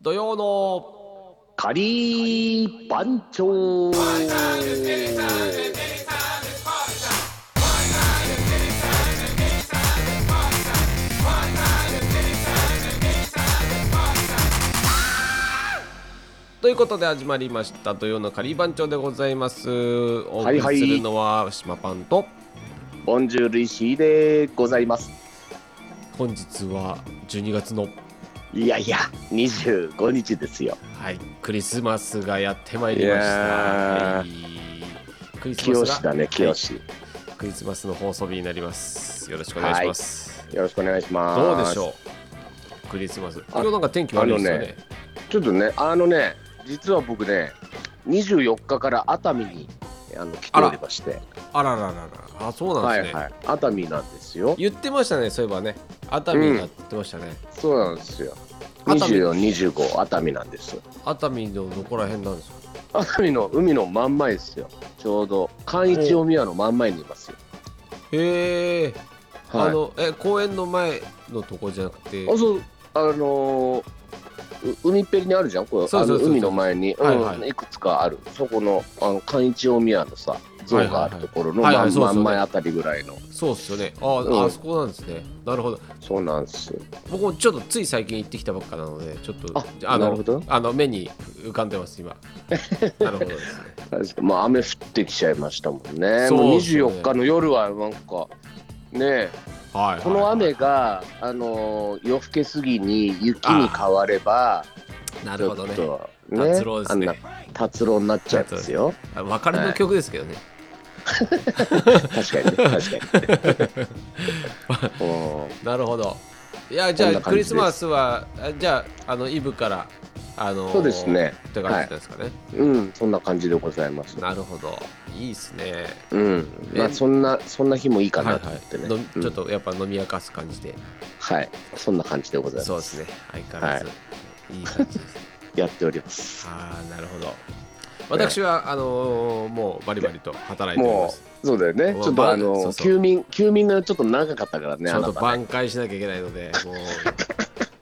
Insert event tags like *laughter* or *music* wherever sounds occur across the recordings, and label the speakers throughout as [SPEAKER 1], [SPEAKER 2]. [SPEAKER 1] 土曜の
[SPEAKER 2] カリー番長
[SPEAKER 1] ということで始まりました土曜の仮番長でございますお送
[SPEAKER 2] い
[SPEAKER 1] り
[SPEAKER 2] はい
[SPEAKER 1] するのは島パンと、
[SPEAKER 2] ボンジュール石井でございます
[SPEAKER 1] 本日は12月の
[SPEAKER 2] いやいや25日ですよ
[SPEAKER 1] はいクリスマスがやってまいりました
[SPEAKER 2] いやー
[SPEAKER 1] はいクリス
[SPEAKER 2] 清
[SPEAKER 1] マ
[SPEAKER 2] 志
[SPEAKER 1] スが
[SPEAKER 2] だね清志、
[SPEAKER 1] クリスマスの放送日になりますよろしくお願いします、
[SPEAKER 2] よろしくお願いします
[SPEAKER 1] どうでしょうクリスマス今日なんか天気悪いですよね
[SPEAKER 2] うちょっとねあのね実は僕ね24日から熱海にあの来ておりまして、
[SPEAKER 1] あらららららあそうなん
[SPEAKER 2] は
[SPEAKER 1] で
[SPEAKER 2] い
[SPEAKER 1] すね、
[SPEAKER 2] はい熱海なんですよ
[SPEAKER 1] 言ってましたねそういえばね熱海が言ってましたね、
[SPEAKER 2] そうなんですよ
[SPEAKER 1] 熱海
[SPEAKER 2] 2425熱海なんですよ
[SPEAKER 1] 熱海のどこら辺なんですか
[SPEAKER 2] 熱海の海の真ん前ですよちょうど寛一大宮の真ん前にいますよ
[SPEAKER 1] へえ
[SPEAKER 2] はい
[SPEAKER 1] あのえ公園の前のとこじゃなくて
[SPEAKER 2] あそうあのーう海っぺりにあるじゃんこれ
[SPEAKER 1] そうそうそうそう
[SPEAKER 2] あの海の前に、
[SPEAKER 1] はいはい
[SPEAKER 2] うんいくつかあるそこのあの寛一大宮のさ像があるところの
[SPEAKER 1] はいはいはいはいはい
[SPEAKER 2] 真
[SPEAKER 1] そうそう
[SPEAKER 2] 真ん前あたりぐらいの
[SPEAKER 1] そうっすよねあ、
[SPEAKER 2] うん
[SPEAKER 1] あそこなんですねなるほど
[SPEAKER 2] そうなんですよ
[SPEAKER 1] 僕もちょっとつい最近行ってきたばっかなのでちょっと
[SPEAKER 2] あ
[SPEAKER 1] の
[SPEAKER 2] なるほど
[SPEAKER 1] あの目に浮かんでます今
[SPEAKER 2] *laughs*
[SPEAKER 1] なるほどですね
[SPEAKER 2] 確かにまあ雨降ってきちゃいましたもんね
[SPEAKER 1] そう
[SPEAKER 2] もう
[SPEAKER 1] ですね
[SPEAKER 2] 24日の夜はなんかねえ
[SPEAKER 1] はいはい
[SPEAKER 2] この雨が、あのー夜更けすぎに雪に変われば
[SPEAKER 1] な
[SPEAKER 2] ち
[SPEAKER 1] るほ
[SPEAKER 2] ょっ
[SPEAKER 1] どね
[SPEAKER 2] と
[SPEAKER 1] 達郎ですね
[SPEAKER 2] あんな達郎になっちゃうんですよ
[SPEAKER 1] あ別れの曲ですけどね、
[SPEAKER 2] *laughs* 確かにね確かにうん
[SPEAKER 1] なるほどいやじゃ
[SPEAKER 2] こん
[SPEAKER 1] あ
[SPEAKER 2] な感じです
[SPEAKER 1] クリスマスはあじゃああのイブからあのー
[SPEAKER 2] *laughs* そうですね
[SPEAKER 1] って感じですかね、
[SPEAKER 2] うん、そんな感じでございます。
[SPEAKER 1] なるほどいいっすね
[SPEAKER 2] うん、まあ、
[SPEAKER 1] え
[SPEAKER 2] そんな、そんな日もいいか
[SPEAKER 1] はい
[SPEAKER 2] なと
[SPEAKER 1] は
[SPEAKER 2] 思ってね。
[SPEAKER 1] い、のち
[SPEAKER 2] うん
[SPEAKER 1] ょっとやっぱ飲み明かす感じで、
[SPEAKER 2] はい、そんな感じでございます。
[SPEAKER 1] そうですね相変わらず、い、い感じです
[SPEAKER 2] やっております。
[SPEAKER 1] ああなるほど私は、あのーもうバリバリと働いておりま
[SPEAKER 2] も
[SPEAKER 1] す
[SPEAKER 2] う、そうだよね。
[SPEAKER 1] もう
[SPEAKER 2] ちょっと、あ
[SPEAKER 1] そ
[SPEAKER 2] の、
[SPEAKER 1] うそう
[SPEAKER 2] 休眠、休眠がちょっと長かったからね。
[SPEAKER 1] ち
[SPEAKER 2] あ
[SPEAKER 1] ょっ
[SPEAKER 2] な
[SPEAKER 1] と
[SPEAKER 2] たね
[SPEAKER 1] 挽回しなきゃいけないので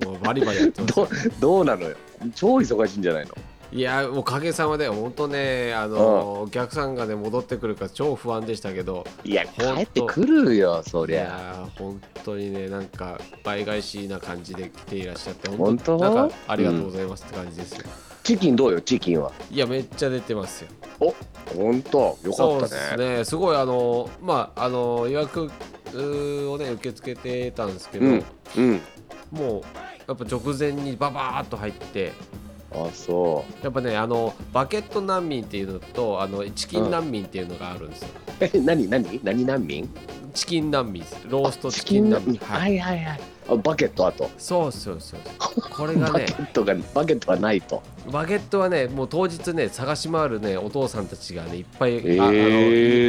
[SPEAKER 1] もうもうバリバリやってます
[SPEAKER 2] *laughs* どどうなのよ。超忙しいんじゃないの。
[SPEAKER 1] いやもうおかげさまで本当ねあのーお客さんがね戻ってくるか超不安でしたけど
[SPEAKER 2] いや、
[SPEAKER 1] ほんと
[SPEAKER 2] 帰ってくるよ、そ
[SPEAKER 1] い
[SPEAKER 2] りゃ。
[SPEAKER 1] やー本当にねなんか倍返しな感じで来ていらっしゃって
[SPEAKER 2] 本当
[SPEAKER 1] なんかありがとうございますって感じですよ、
[SPEAKER 2] チキンどうよ、チキンは。
[SPEAKER 1] いやめっちゃ出てますよ
[SPEAKER 2] お、本当、
[SPEAKER 1] そ
[SPEAKER 2] よか
[SPEAKER 1] う
[SPEAKER 2] っ
[SPEAKER 1] で
[SPEAKER 2] た
[SPEAKER 1] す
[SPEAKER 2] ね。
[SPEAKER 1] ねすごいあのまああの予約うーをね受け付けてたんですけど、
[SPEAKER 2] うん、うん。
[SPEAKER 1] もうやっぱ直前にババーっと入って
[SPEAKER 2] あ、そ
[SPEAKER 1] やっぱねあのバケット難民っていうのとあのチキン難民っていうのがあるんですよ、
[SPEAKER 2] う。え、なになに、なに難民。
[SPEAKER 1] チキン難民ですローストチ
[SPEAKER 2] チ
[SPEAKER 1] キ
[SPEAKER 2] キ
[SPEAKER 1] ン
[SPEAKER 2] ン
[SPEAKER 1] 難
[SPEAKER 2] 難民。
[SPEAKER 1] 民
[SPEAKER 2] は
[SPEAKER 1] はい
[SPEAKER 2] いはいはい。あ、バケットあと。
[SPEAKER 1] そうそうそうそうこれが
[SPEAKER 2] バ
[SPEAKER 1] ね
[SPEAKER 2] ケットが、バケットがないと。
[SPEAKER 1] バケットはねもう当日ね探し回るねお父さんたちがねいっぱい、ああの
[SPEAKER 2] え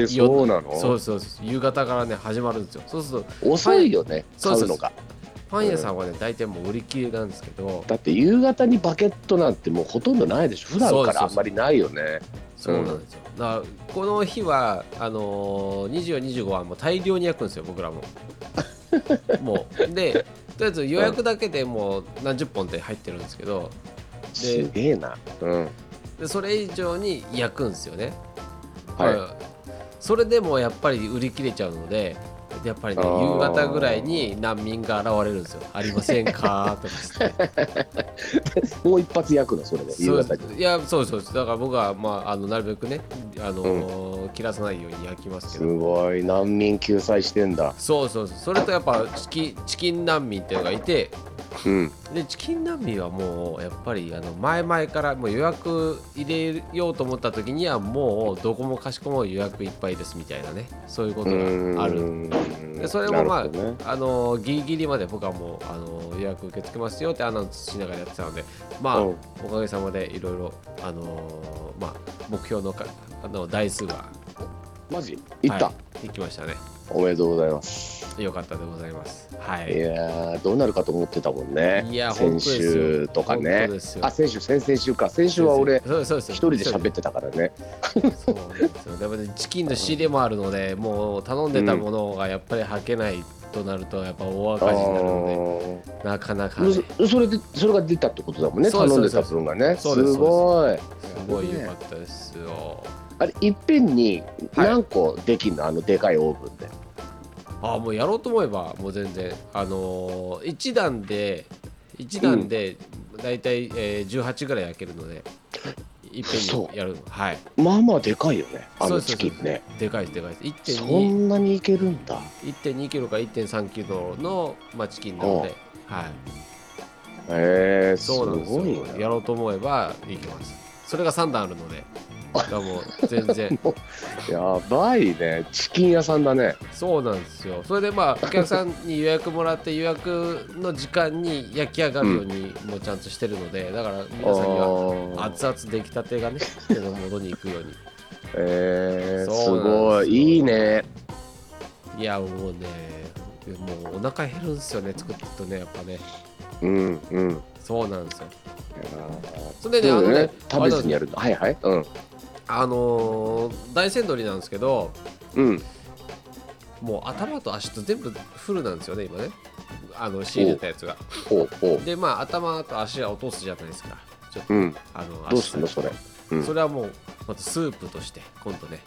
[SPEAKER 2] ー、
[SPEAKER 1] よ
[SPEAKER 2] そうなの
[SPEAKER 1] そうそうそう夕方からね始まるんですよそうすると
[SPEAKER 2] 遅いよね、
[SPEAKER 1] そう
[SPEAKER 2] 買
[SPEAKER 1] そう
[SPEAKER 2] うのが
[SPEAKER 1] パン屋さんはね大体もう売り切れなんですけど
[SPEAKER 2] だって夕方にバケットなんてもうほとんどないでしょ普段
[SPEAKER 1] そうそ
[SPEAKER 2] か
[SPEAKER 1] うそう
[SPEAKER 2] らあんまりないよね
[SPEAKER 1] そうなんですよ、だからこの日はあのー、2425はもう大量に焼くんですよ僕
[SPEAKER 2] *laughs*
[SPEAKER 1] らももうでとりあえず予約だけでもう何十本って入ってるんですけど
[SPEAKER 2] すげえなうん
[SPEAKER 1] でそれ以上に焼くんですよね、ま
[SPEAKER 2] は
[SPEAKER 1] あそれでもやっぱり売り切れちゃうのでやっぱりね
[SPEAKER 2] あ
[SPEAKER 1] 夕
[SPEAKER 2] ー
[SPEAKER 1] 方ぐらいに難民が現れるんですよ「ありませんか?」とかして
[SPEAKER 2] いもう一発焼くのそれで *laughs* 夕
[SPEAKER 1] そう
[SPEAKER 2] 方に
[SPEAKER 1] いやそうそうだから僕は、まあ、あのなるべくね、あのー切らさないように焼きますけ
[SPEAKER 2] す
[SPEAKER 1] ど
[SPEAKER 2] ごい難民救済してんだ
[SPEAKER 1] そうそうそうそれとやっぱチキチキン難民っていうのがいて
[SPEAKER 2] うん
[SPEAKER 1] でチキン難民はもうやっぱりあの前々からもう予約入れようと思った時にはもうどこもかしこも予約いっぱいですみたいなねそういうことがあるでそれもまあ、あのギリギリまで僕はもうあの予約受け付けますよってアナウンスしながらやってたのでまあ、
[SPEAKER 2] うん
[SPEAKER 1] おかげさまでいろいろあのーまあ目標のかあの台数が
[SPEAKER 2] マジ行った、
[SPEAKER 1] はい、行きましたね
[SPEAKER 2] おめでとうございます
[SPEAKER 1] よかったでございますはい
[SPEAKER 2] いやーどうなるかと思ってたもんね
[SPEAKER 1] いや
[SPEAKER 2] 先週とか
[SPEAKER 1] 本
[SPEAKER 2] ね
[SPEAKER 1] 当ですよ
[SPEAKER 2] あ先週先々週か先週は俺
[SPEAKER 1] そうそうそう
[SPEAKER 2] 一人で喋ってたからね
[SPEAKER 1] そうなんですよでもねチキンの仕入れもあるのでもう頼んでたものがやっぱり履けないとなるとやっぱ大赤字になるのでなかなかねす
[SPEAKER 2] でそれでそれが出たってことだもんね
[SPEAKER 1] そう
[SPEAKER 2] 頼
[SPEAKER 1] です
[SPEAKER 2] んでた分がねす
[SPEAKER 1] そうです
[SPEAKER 2] ごい
[SPEAKER 1] ごい良かったですよ
[SPEAKER 2] あれいっぺんに
[SPEAKER 1] はい
[SPEAKER 2] 何個できんのあのでかいオーブンで
[SPEAKER 1] あもうやろうと思えばもう全然あのー、1段で1段で大体、えー、18ぐらい焼けるのでいっぺん
[SPEAKER 2] そ
[SPEAKER 1] にやるはい
[SPEAKER 2] まあまあでかいよねあ
[SPEAKER 1] そう
[SPEAKER 2] の
[SPEAKER 1] です
[SPEAKER 2] チキンね
[SPEAKER 1] でかいですでかいです
[SPEAKER 2] そ
[SPEAKER 1] 1.2
[SPEAKER 2] んなにいけるんだ
[SPEAKER 1] 1.2キロから1.3キロの、まあ、チキンなので、はい、
[SPEAKER 2] へえす
[SPEAKER 1] そうなんです
[SPEAKER 2] ごい
[SPEAKER 1] よや
[SPEAKER 2] な
[SPEAKER 1] ろうと思えばいけますそれが3段あるのでだからもう全
[SPEAKER 2] *laughs*
[SPEAKER 1] 然
[SPEAKER 2] やばいねチキン屋さんだね
[SPEAKER 1] そうなんですよそれでまあお客さんに予約もらって予約の時間に焼き上がるようにもうちゃんとしてるのでだから皆さんには
[SPEAKER 2] あー
[SPEAKER 1] 熱々出来たてがね手の元に行くように
[SPEAKER 2] えー、す
[SPEAKER 1] そうなん
[SPEAKER 2] ご
[SPEAKER 1] ですよ
[SPEAKER 2] いいいね
[SPEAKER 1] いやもうねもうお腹減るんですよね作ってるとねやっぱね
[SPEAKER 2] うんうんいや
[SPEAKER 1] そうなんですよ
[SPEAKER 2] ー
[SPEAKER 1] それでねあ
[SPEAKER 2] そう
[SPEAKER 1] の
[SPEAKER 2] だよ
[SPEAKER 1] ね
[SPEAKER 2] ね食べずにやるんだはいはいうん
[SPEAKER 1] あのー大山鶏なんですけど
[SPEAKER 2] うん
[SPEAKER 1] もう頭と足と全部フルなんですよね今ねあの仕入れたやつが
[SPEAKER 2] ほうほう
[SPEAKER 1] でまあ頭と足は落とすじゃないですかちょっと
[SPEAKER 2] うん
[SPEAKER 1] あの
[SPEAKER 2] どうすんの
[SPEAKER 1] 足先
[SPEAKER 2] それうん
[SPEAKER 1] それはもうまたスープとして今度ね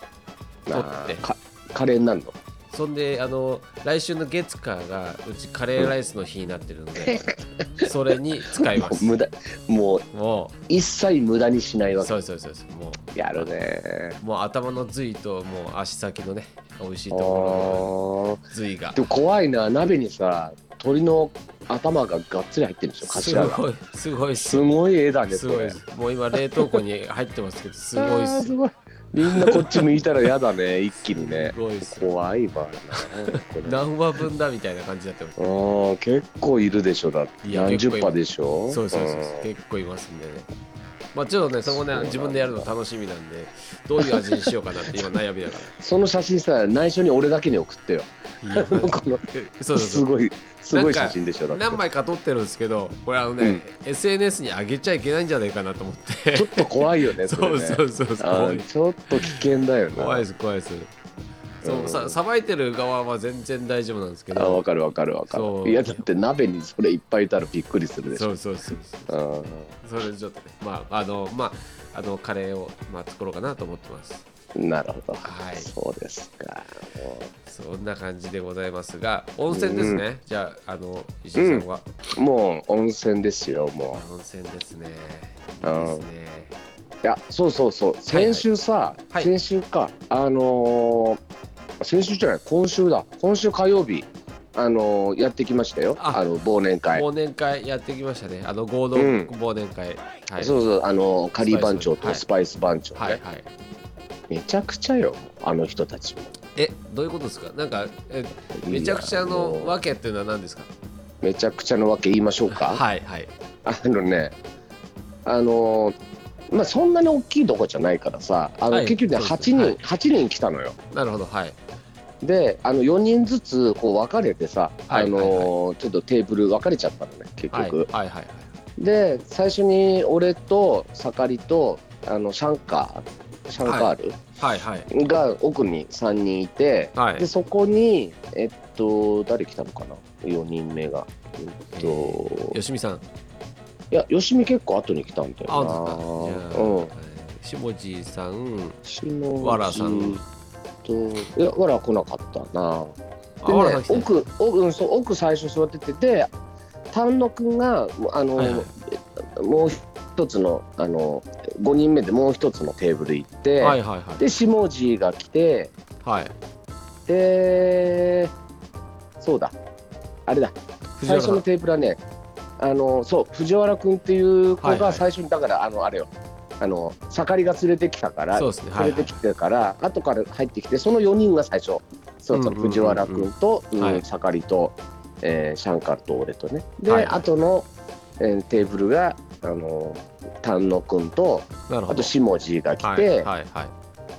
[SPEAKER 1] 取
[SPEAKER 2] あ
[SPEAKER 1] って
[SPEAKER 2] ーかカレーになるの
[SPEAKER 1] そんであの来週の月火がうちカレーライスの日になってるの
[SPEAKER 2] *laughs*
[SPEAKER 1] で、それに使います
[SPEAKER 2] 無駄もう
[SPEAKER 1] も
[SPEAKER 2] 一切無駄にしないうわけ
[SPEAKER 1] そうそうそうそうも
[SPEAKER 2] やるね
[SPEAKER 1] うもう頭の髄ともう足先のね美味しい
[SPEAKER 2] あ
[SPEAKER 1] とこ
[SPEAKER 2] ー
[SPEAKER 1] ろの髄が
[SPEAKER 2] でも怖いな鍋にさ鳥の頭ががっつり入ってるんですよ
[SPEAKER 1] す
[SPEAKER 2] 頭が
[SPEAKER 1] ごいすごいっす
[SPEAKER 2] すごい絵だね
[SPEAKER 1] すごい
[SPEAKER 2] こ
[SPEAKER 1] で
[SPEAKER 2] れ
[SPEAKER 1] すもう今冷凍庫に入ってますけどすごいっ
[SPEAKER 2] あー
[SPEAKER 1] す
[SPEAKER 2] す
[SPEAKER 1] よ
[SPEAKER 2] ごいみんなこっち向いたら嫌だね一気にね
[SPEAKER 1] すごいっすよ
[SPEAKER 2] 怖いわなこ
[SPEAKER 1] 何話分だみたいな感じになってます
[SPEAKER 2] れうん結構いるでしょだって
[SPEAKER 1] いや
[SPEAKER 2] 何十
[SPEAKER 1] 結構いる
[SPEAKER 2] 羽でしょ
[SPEAKER 1] そうそうそうそう、結構いますんでね。まあちょっとね、そこ
[SPEAKER 2] そうなん
[SPEAKER 1] ね、
[SPEAKER 2] だ
[SPEAKER 1] 自分でやるの楽しみなんで、どういう味にしようかなって今悩みだか
[SPEAKER 2] んその写真さ内緒に俺だけに送ってよ
[SPEAKER 1] ら。い *laughs* や
[SPEAKER 2] この
[SPEAKER 1] そうそう
[SPEAKER 2] す
[SPEAKER 1] そ
[SPEAKER 2] ごいすごい
[SPEAKER 1] なんか
[SPEAKER 2] 写真でしょだ
[SPEAKER 1] う。
[SPEAKER 2] って
[SPEAKER 1] 何枚か撮ってるんですけど、これあのね、SNS に上げちゃいけないんじゃないかなと思って。
[SPEAKER 2] ちょっと怖いよね *laughs* そ
[SPEAKER 1] そ
[SPEAKER 2] れ
[SPEAKER 1] う
[SPEAKER 2] ね
[SPEAKER 1] そうそうそ
[SPEAKER 2] あ
[SPEAKER 1] う
[SPEAKER 2] ー。ちょっと危険だよね
[SPEAKER 1] 怖いです、怖いです。そうう、
[SPEAKER 2] ん
[SPEAKER 1] さ、さばいてる側は全然大丈夫なんですけ
[SPEAKER 2] あわ
[SPEAKER 1] ど。
[SPEAKER 2] かるわかるわか
[SPEAKER 1] そう
[SPEAKER 2] るいやだって鍋にそれいっぱいいたらびっくりするでし
[SPEAKER 1] そ
[SPEAKER 2] ょ
[SPEAKER 1] うそうそうそう。
[SPEAKER 2] うん
[SPEAKER 1] それでちょっとね、まあ、あの、まあ、あのカレーを、まあ、作ろうかなと思ってます。
[SPEAKER 2] なるほど、
[SPEAKER 1] はい
[SPEAKER 2] そうですかも
[SPEAKER 1] そんな感じでございますが、温泉ですね。じゃあ、あの、石井さんは、
[SPEAKER 2] うもう温泉ですよも
[SPEAKER 1] 温泉ですね。いいで
[SPEAKER 2] うん
[SPEAKER 1] すね。
[SPEAKER 2] ういやそうそうそう先週さ、
[SPEAKER 1] はい
[SPEAKER 2] 先週かあのー先週じゃない今週だ今週火曜日あのーやってきましたよ
[SPEAKER 1] あ
[SPEAKER 2] あの忘年会、
[SPEAKER 1] 忘年会やってきましたね。あの合同
[SPEAKER 2] うん
[SPEAKER 1] 忘年会。はい。
[SPEAKER 2] そうそうあのーカリー番長
[SPEAKER 1] は
[SPEAKER 2] と
[SPEAKER 1] い
[SPEAKER 2] スパイス番長ね、
[SPEAKER 1] はいはい。
[SPEAKER 2] めちゃくちゃよあの人たちも
[SPEAKER 1] え、どういうことですか。なんか、え、めちゃくちゃ
[SPEAKER 2] いや
[SPEAKER 1] の
[SPEAKER 2] もう
[SPEAKER 1] わけっていうのは何ですか。
[SPEAKER 2] めちゃくちゃのわけ言いましょうか
[SPEAKER 1] *laughs* はいはい。
[SPEAKER 2] あのね、あのーまあ、そんなに大きいとこじゃないからさ、あの
[SPEAKER 1] はい
[SPEAKER 2] 結局ね、
[SPEAKER 1] そうです
[SPEAKER 2] 8人、
[SPEAKER 1] はい
[SPEAKER 2] 8人来たのよ。
[SPEAKER 1] なるほど。はい。
[SPEAKER 2] で、あの4人ずつこう分かれてさ、
[SPEAKER 1] はい
[SPEAKER 2] あのーちょっとテーブル分かれちゃったのね、結
[SPEAKER 1] はい。
[SPEAKER 2] 局。
[SPEAKER 1] はいはい。
[SPEAKER 2] で、最初に俺と盛りとあのシャンカー、シャンカー
[SPEAKER 1] はいはい。
[SPEAKER 2] ルが奥に3人いて、
[SPEAKER 1] はい
[SPEAKER 2] でそこに、えっと、誰来たのかな、4人目が。えっと、
[SPEAKER 1] よしみさん。あ、
[SPEAKER 2] いや、よしみ結構後に来たんだよな。
[SPEAKER 1] 本当ですか。じゃあ
[SPEAKER 2] うん
[SPEAKER 1] えー、下地さん。
[SPEAKER 2] わ
[SPEAKER 1] わらさん
[SPEAKER 2] といやわらは来なかったな
[SPEAKER 1] あ、わら
[SPEAKER 2] で
[SPEAKER 1] さ
[SPEAKER 2] ね
[SPEAKER 1] ん来てない。
[SPEAKER 2] 奥奥,、うん、そう奥最初座っててで丹野くんがあの、
[SPEAKER 1] はいはい
[SPEAKER 2] もう一つのあの5人目でもう一つのテーブル行って、
[SPEAKER 1] はいはいはい。
[SPEAKER 2] で下地が来て
[SPEAKER 1] はい。
[SPEAKER 2] でそうだあれだ
[SPEAKER 1] 藤
[SPEAKER 2] 最
[SPEAKER 1] 原
[SPEAKER 2] 初
[SPEAKER 1] さ
[SPEAKER 2] の
[SPEAKER 1] ん。
[SPEAKER 2] テーブルはねあのそう藤原君っていう子
[SPEAKER 1] はいは
[SPEAKER 2] が
[SPEAKER 1] い
[SPEAKER 2] 最初に、だからあのあれよあの盛りが連れてきたから
[SPEAKER 1] そうですね。は
[SPEAKER 2] 連
[SPEAKER 1] い
[SPEAKER 2] れ
[SPEAKER 1] は
[SPEAKER 2] て
[SPEAKER 1] い。
[SPEAKER 2] きてから、後から入ってきてその4人が最初そうそ
[SPEAKER 1] う
[SPEAKER 2] う
[SPEAKER 1] んうんうんうん
[SPEAKER 2] 藤原君と、うん
[SPEAKER 1] はい
[SPEAKER 2] 盛りと、えーシャンカルと俺とねで、
[SPEAKER 1] はい
[SPEAKER 2] 後の、えーテーブルがあの丹野君と
[SPEAKER 1] なるほ
[SPEAKER 2] あ
[SPEAKER 1] ど
[SPEAKER 2] と。下地が来
[SPEAKER 1] は
[SPEAKER 2] て、
[SPEAKER 1] いはいはい。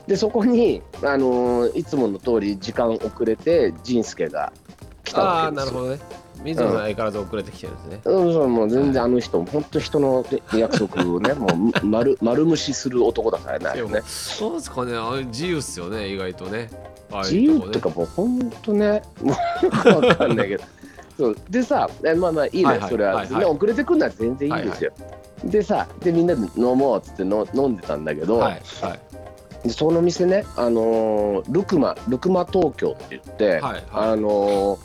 [SPEAKER 2] でそこに、あのーいつもの通り時間遅れて仁助が来た
[SPEAKER 1] ああ
[SPEAKER 2] わ
[SPEAKER 1] ー
[SPEAKER 2] けで
[SPEAKER 1] なる
[SPEAKER 2] す
[SPEAKER 1] ほ
[SPEAKER 2] よ。
[SPEAKER 1] どね水野さん相変わらず遅れてきてるんですね。
[SPEAKER 2] うん、そうもう全然あの人、本当人の約束
[SPEAKER 1] *laughs*
[SPEAKER 2] をね、もう丸丸無視する男だからねあ
[SPEAKER 1] で
[SPEAKER 2] れ
[SPEAKER 1] も
[SPEAKER 2] ね。
[SPEAKER 1] そうですかねあれ自由っすよね意外とね。ああ
[SPEAKER 2] 自
[SPEAKER 1] い
[SPEAKER 2] 由
[SPEAKER 1] う
[SPEAKER 2] っ
[SPEAKER 1] と
[SPEAKER 2] ていうか
[SPEAKER 1] こ
[SPEAKER 2] もう本当ね、もうわかんない
[SPEAKER 1] *laughs*
[SPEAKER 2] けど。そうでさ、えまあまあいいね、
[SPEAKER 1] はいはい
[SPEAKER 2] それは、
[SPEAKER 1] はいはい
[SPEAKER 2] ね遅れてくるのは全然いいんですよ。でさ、でみんなで飲もうっつっての飲んでたんだけど、
[SPEAKER 1] ね。はいはい
[SPEAKER 2] でその店ね、あのールクマルクマ東京って言って、
[SPEAKER 1] はいはい
[SPEAKER 2] あのー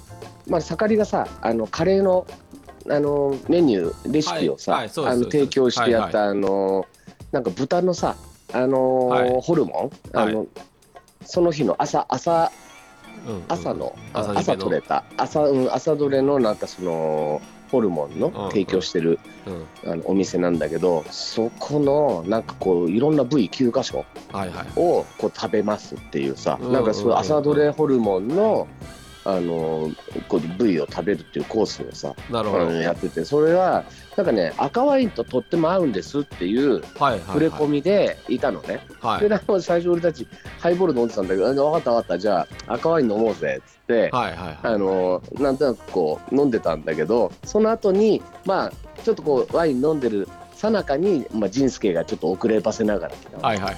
[SPEAKER 2] まあ盛りがさあのカレーのあのーメニューレシピをさ、
[SPEAKER 1] はいはいそうです
[SPEAKER 2] あの
[SPEAKER 1] そうです
[SPEAKER 2] 提供してやった、あのーなんか豚のさあのー
[SPEAKER 1] はい
[SPEAKER 2] ホルモンあの、その日の朝朝
[SPEAKER 1] うんうん
[SPEAKER 2] 朝の、
[SPEAKER 1] 朝
[SPEAKER 2] 朝
[SPEAKER 1] 締めの
[SPEAKER 2] 取れた朝うん朝どれのなんかそのホルモンの
[SPEAKER 1] うん
[SPEAKER 2] 提供してる、
[SPEAKER 1] うん
[SPEAKER 2] あのお店なんだけどそこのなんかこういろんな部位9箇所
[SPEAKER 1] はいはい。
[SPEAKER 2] をこう食べますっていうさ、
[SPEAKER 1] うん
[SPEAKER 2] なんかそういう朝どれホルモンの、あのこう部位を食べるっていうコースをさ、
[SPEAKER 1] なるほど。
[SPEAKER 2] うんやっててそれはなんかね赤ワインととっても合うんですっていう
[SPEAKER 1] はいはいはい。
[SPEAKER 2] 触れ込みでいたのね、
[SPEAKER 1] は
[SPEAKER 2] で
[SPEAKER 1] い
[SPEAKER 2] なんか最初俺たちハイボール飲んでたんだけど「あ分かった分かったじゃあ赤ワイン飲もうぜ」っつって、
[SPEAKER 1] はいはいは
[SPEAKER 2] あ
[SPEAKER 1] い。
[SPEAKER 2] のなんとなくこう飲んでたんだけどその後にまあちょっとこうワイン飲んでるさなかに、まあ、仁助がちょっと遅ればせながら来たの
[SPEAKER 1] はいはい。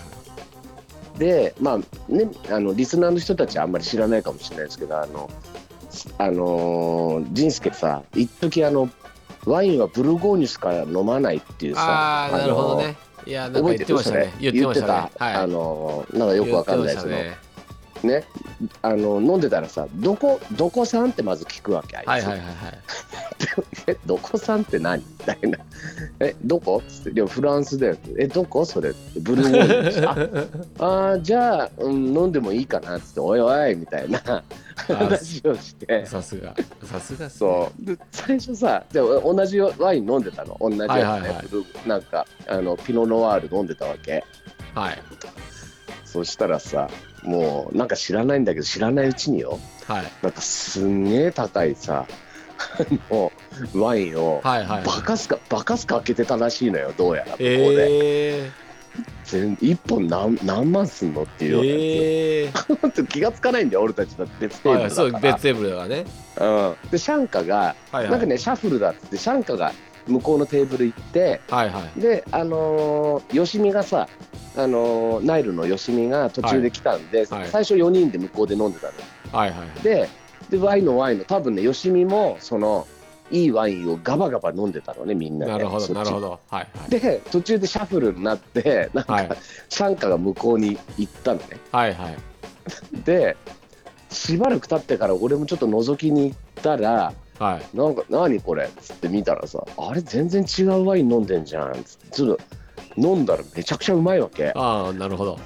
[SPEAKER 2] でまあねあのリスナーの人たちはあんまり知らないかもしれないですけどあのすあのー仁助さ一時あのワインはブルゴーニュしか飲まないっていうさ
[SPEAKER 1] ああ
[SPEAKER 2] のー
[SPEAKER 1] なるほどね。いやなんか
[SPEAKER 2] 覚
[SPEAKER 1] 言
[SPEAKER 2] え
[SPEAKER 1] ってて
[SPEAKER 2] る
[SPEAKER 1] まし
[SPEAKER 2] そ
[SPEAKER 1] た
[SPEAKER 2] れ
[SPEAKER 1] ね。言ってましたね。
[SPEAKER 2] 言ってた
[SPEAKER 1] は
[SPEAKER 2] あ
[SPEAKER 1] い。
[SPEAKER 2] のーなんかよくわかんないです
[SPEAKER 1] 言って
[SPEAKER 2] ね
[SPEAKER 1] まし
[SPEAKER 2] ねあの飲んでたらさどこどこさんってまず聞くわけあいつ、
[SPEAKER 1] たねはいはいはいはい。
[SPEAKER 2] えどこさんって何みたいなえどこつってでもフランスだよえどこそれってブルゴーニュです
[SPEAKER 1] *laughs*
[SPEAKER 2] ああーじゃあ、うん、飲んでもいいかなっつって「おいおい」みたいな話をして
[SPEAKER 1] さすが。さすがっすね。
[SPEAKER 2] そうで最初さでお同じワイン飲んでたの同じやつね、
[SPEAKER 1] はいはいはい
[SPEAKER 2] ブルーなんかあのピノノワール飲んでたわけ
[SPEAKER 1] はい
[SPEAKER 2] そしたらさもうなんか知らないんだけど知らないうちによ
[SPEAKER 1] はい
[SPEAKER 2] なんかすんげえ高いさ *laughs* あのワインを
[SPEAKER 1] はいはい。
[SPEAKER 2] バカすかバカすか開けてたらしいのよどうやらここで、
[SPEAKER 1] え
[SPEAKER 2] 全一本何何万すんのって
[SPEAKER 1] え
[SPEAKER 2] いうようなやつ、
[SPEAKER 1] え
[SPEAKER 2] ほんと気がつかないんだよ俺たちだって別
[SPEAKER 1] え。
[SPEAKER 2] テーブ
[SPEAKER 1] はい
[SPEAKER 2] ルだ
[SPEAKER 1] そう
[SPEAKER 2] から、
[SPEAKER 1] 別テーブルだからね。
[SPEAKER 2] うん、でシャンカが、
[SPEAKER 1] はいは
[SPEAKER 2] なんか
[SPEAKER 1] い。
[SPEAKER 2] ねシャッフルだっつってシャンカが向こうのテーブル行って
[SPEAKER 1] はいはい。
[SPEAKER 2] であのー、よしみがさあのーナイルのよしみが途中で来たんで、
[SPEAKER 1] はい
[SPEAKER 2] 最初4人で向こうで飲んでたの
[SPEAKER 1] はいはいはい。
[SPEAKER 2] ででワインのワインの多分ねよしみもそのいいワインをガバガバ飲んでたのねみんなで
[SPEAKER 1] なるほ
[SPEAKER 2] そっ
[SPEAKER 1] どな
[SPEAKER 2] ち
[SPEAKER 1] るほど。はいはい。
[SPEAKER 2] で途中でシャッフルになってなんか、
[SPEAKER 1] はい
[SPEAKER 2] シャンカが向こうに行ったのね
[SPEAKER 1] はいはい。
[SPEAKER 2] でしばらく経ってから俺もちょっと覗きに行ったら
[SPEAKER 1] はい。
[SPEAKER 2] 「なんか何これ?」っつって見たらさ「あれ全然違うワイン飲んでんじゃん」つってちょっと飲んだらめちゃくちゃうまいわけ
[SPEAKER 1] ああ、なるほど。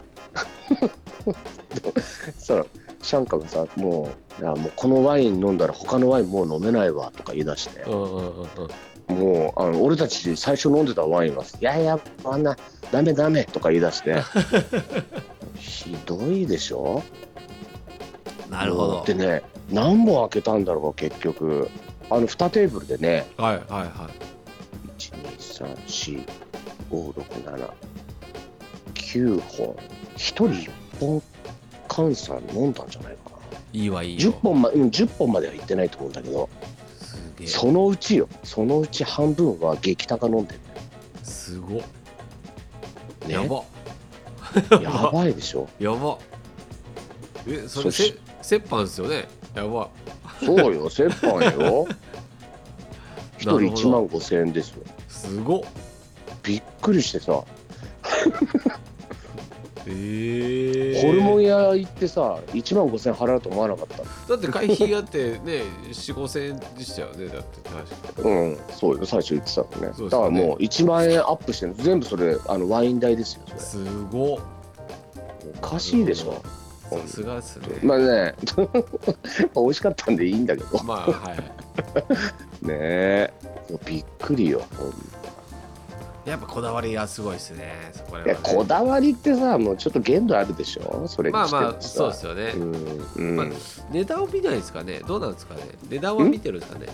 [SPEAKER 2] そしたらシャンカがさ「もういやもうこのワイン飲んだら他のワインもう飲めないわ」とか言い出して
[SPEAKER 1] う、んうんうんうん。
[SPEAKER 2] もうあの俺たち最初飲んでたワインは「いやいやあんなダメダメ」とか言い出して
[SPEAKER 1] *laughs*
[SPEAKER 2] ひどいでしょ
[SPEAKER 1] なるほど。
[SPEAKER 2] でね何本開けたんだろうか結局あの2テーブルでね
[SPEAKER 1] はいはいはい。
[SPEAKER 2] 1234567 9本1人1本換算飲んだんじゃないかない
[SPEAKER 1] いわいい
[SPEAKER 2] 10
[SPEAKER 1] よ。
[SPEAKER 2] 本,、まうん、10本まではいってないと思うんだけど
[SPEAKER 1] すげえ。
[SPEAKER 2] そのうちよそのうち半分は激高飲んで
[SPEAKER 1] すごっ。
[SPEAKER 2] る、ね、
[SPEAKER 1] やば。
[SPEAKER 2] やばいでしょ
[SPEAKER 1] やば。え、それ
[SPEAKER 2] そし
[SPEAKER 1] せ折半ですよね。やば。
[SPEAKER 2] そうよ折
[SPEAKER 1] *laughs*
[SPEAKER 2] 半よ1人
[SPEAKER 1] なるほど
[SPEAKER 2] 1万5000円ですよ
[SPEAKER 1] すごっ。
[SPEAKER 2] びっくりしてさ
[SPEAKER 1] ええ。
[SPEAKER 2] ホルモン屋行ってさ1万5000円払うと思わなかった
[SPEAKER 1] だって会費だってね、四五千円でしたよね。だって確か。
[SPEAKER 2] うん、そうよ、最初言ってたのね。
[SPEAKER 1] そうですよね
[SPEAKER 2] だからもう1万円アップしてる全部それ、あのワイン代ですよ、そ
[SPEAKER 1] すごっ。
[SPEAKER 2] れ。おかしいでしょ。
[SPEAKER 1] さすがですね。
[SPEAKER 2] まあね、 *laughs* 美味しかったんでいいんだけど。ね
[SPEAKER 1] まあはい。
[SPEAKER 2] え。びっくりよ。
[SPEAKER 1] やっぱこだわりがすごいですね。そこら
[SPEAKER 2] い
[SPEAKER 1] 辺
[SPEAKER 2] や、
[SPEAKER 1] はね
[SPEAKER 2] こだわりってさ、もうちょっと限度あるでしょ、それに
[SPEAKER 1] まあ
[SPEAKER 2] しても
[SPEAKER 1] まあそうですよね、
[SPEAKER 2] うん、
[SPEAKER 1] ま
[SPEAKER 2] う
[SPEAKER 1] あ
[SPEAKER 2] ん、い
[SPEAKER 1] 値段を見ないですかねどうなんですかね値段は見てるんですかね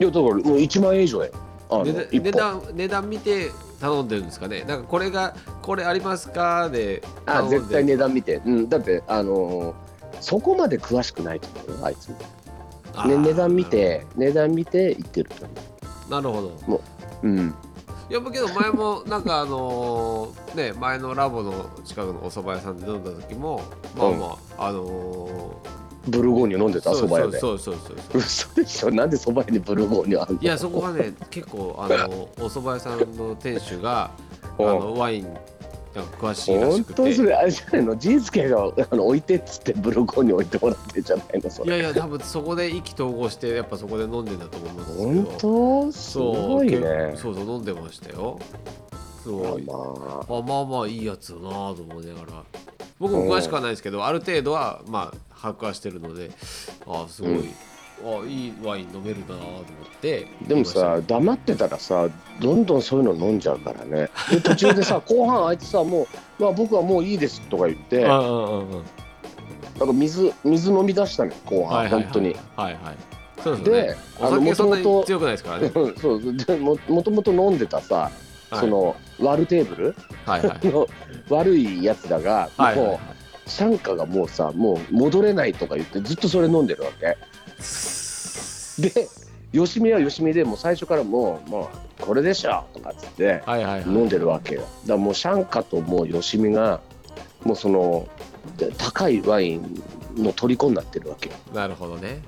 [SPEAKER 2] やだからもう1万円以上だよあの
[SPEAKER 1] 値段
[SPEAKER 2] 一
[SPEAKER 1] 値
[SPEAKER 2] 本
[SPEAKER 1] 段値段見て頼んでるんですかねなんかこれがこれありますかで
[SPEAKER 2] あ
[SPEAKER 1] 頼んで
[SPEAKER 2] 絶対値段見て、うん、だってあのーそこまで詳しくないと思うよあいつも
[SPEAKER 1] あ
[SPEAKER 2] ね、
[SPEAKER 1] ー
[SPEAKER 2] 値段見て値段見て行ってる
[SPEAKER 1] なるほど
[SPEAKER 2] うん
[SPEAKER 1] いやけど前もなんかあのーね前のラボの近くのお蕎麦屋さんで飲んだ時もまあまあ、あの
[SPEAKER 2] ブルゴーニュ飲ん
[SPEAKER 1] ー、
[SPEAKER 2] でたそば屋で
[SPEAKER 1] そうそうそうそうそう
[SPEAKER 2] 嘘でしょなんでそば屋にブルゴーニュあんの
[SPEAKER 1] いやそこがね結構あ
[SPEAKER 2] *laughs*
[SPEAKER 1] のお蕎麦屋さんの店主があ
[SPEAKER 2] うん
[SPEAKER 1] のワインなんか詳しいらし
[SPEAKER 2] 本
[SPEAKER 1] く
[SPEAKER 2] 当そ
[SPEAKER 1] て。
[SPEAKER 2] れあれじゃないのジースケがあの置いてっつってブルゴーニュ置いてもらってんじゃないのそ
[SPEAKER 1] い
[SPEAKER 2] れ
[SPEAKER 1] やいや多分そこで意気投合してやっぱそこで飲んでんだと思うんですけど
[SPEAKER 2] 本当す
[SPEAKER 1] そう
[SPEAKER 2] ごいね
[SPEAKER 1] けそうそう飲んでましたよそう
[SPEAKER 2] まあ
[SPEAKER 1] あまあまあいいやつだなと思いながら僕も詳しくはないですけどある程度はまあ把握はしてるのであすごい、あいいワイン飲めるなと思って
[SPEAKER 2] でもさ黙ってたらさどんどんそういうの飲んじゃうからねで途中
[SPEAKER 1] *laughs*
[SPEAKER 2] でさ後半あいつさもう、まあ、僕はもういいですとか言って
[SPEAKER 1] うん
[SPEAKER 2] なん
[SPEAKER 1] うんうんうん
[SPEAKER 2] か水水飲み出したね後半、
[SPEAKER 1] はいはいはい
[SPEAKER 2] 本当に
[SPEAKER 1] はいはいそうですよね
[SPEAKER 2] で
[SPEAKER 1] お
[SPEAKER 2] あの
[SPEAKER 1] 酒
[SPEAKER 2] 元
[SPEAKER 1] そんなに
[SPEAKER 2] 々
[SPEAKER 1] 強くないです
[SPEAKER 2] *laughs*
[SPEAKER 1] からね
[SPEAKER 2] うんそうでももともと飲んでたさ、
[SPEAKER 1] はい
[SPEAKER 2] その割るテーブル
[SPEAKER 1] はいはい
[SPEAKER 2] の悪いやつらが、
[SPEAKER 1] はいはい
[SPEAKER 2] もう参加がもうさもう戻れないとか言ってずっとそれ飲んでるわけで吉見は吉見でもう最初からもうもうこれでしょとかっつって
[SPEAKER 1] はいはいはい
[SPEAKER 2] 飲んでるわけよだからもうシャンカともう吉見がもうそので高いワインの虜になってるわけよ、
[SPEAKER 1] なるほどね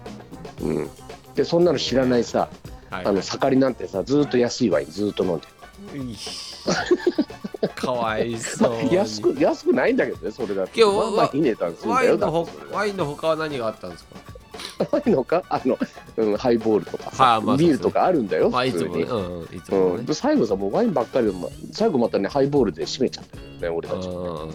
[SPEAKER 2] うん、でそんなの知らないさ
[SPEAKER 1] はい
[SPEAKER 2] あの盛りなんてさずーっと安いワインずーっと飲んで
[SPEAKER 1] ういかわい
[SPEAKER 2] ま
[SPEAKER 1] そ
[SPEAKER 2] あ
[SPEAKER 1] うに
[SPEAKER 2] 安く安くないんだけどねそれだって
[SPEAKER 1] いや
[SPEAKER 2] まあまあいい値段するん
[SPEAKER 1] ワ
[SPEAKER 2] だ
[SPEAKER 1] イ
[SPEAKER 2] よ
[SPEAKER 1] ンの
[SPEAKER 2] だ
[SPEAKER 1] ほ
[SPEAKER 2] ってそれは
[SPEAKER 1] ワインの他は何があったんですか
[SPEAKER 2] ワインのかあの、うん、ハイボールとかさ、
[SPEAKER 1] はいまあ
[SPEAKER 2] ビールとかあるんだよ
[SPEAKER 1] まあい
[SPEAKER 2] 普
[SPEAKER 1] つ
[SPEAKER 2] 通
[SPEAKER 1] も
[SPEAKER 2] に、
[SPEAKER 1] ねうんうんいつ
[SPEAKER 2] うん
[SPEAKER 1] もね
[SPEAKER 2] で最後さもうワインばっかりでも最後またねハイボールで締めちゃったよね俺
[SPEAKER 1] う
[SPEAKER 2] た
[SPEAKER 1] ん
[SPEAKER 2] ち、
[SPEAKER 1] うんうん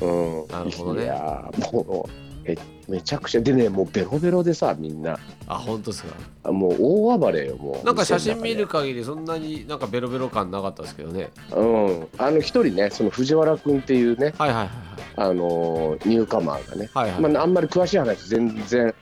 [SPEAKER 1] うん
[SPEAKER 2] うん、
[SPEAKER 1] なるほどね
[SPEAKER 2] いやーもうえめちゃくちゃでねもうベロベロでさみんな
[SPEAKER 1] あ本当ですか
[SPEAKER 2] あもう大暴れよもう
[SPEAKER 1] なんか写真見る
[SPEAKER 2] 店
[SPEAKER 1] 限りそんなになんかベロベロ感なかったですけどね
[SPEAKER 2] の中でうんあの一人ねその藤原君っていうね
[SPEAKER 1] はいはい
[SPEAKER 2] あのーニューカマーがね、
[SPEAKER 1] はいはいはい
[SPEAKER 2] まあ、あんまり詳しい話全然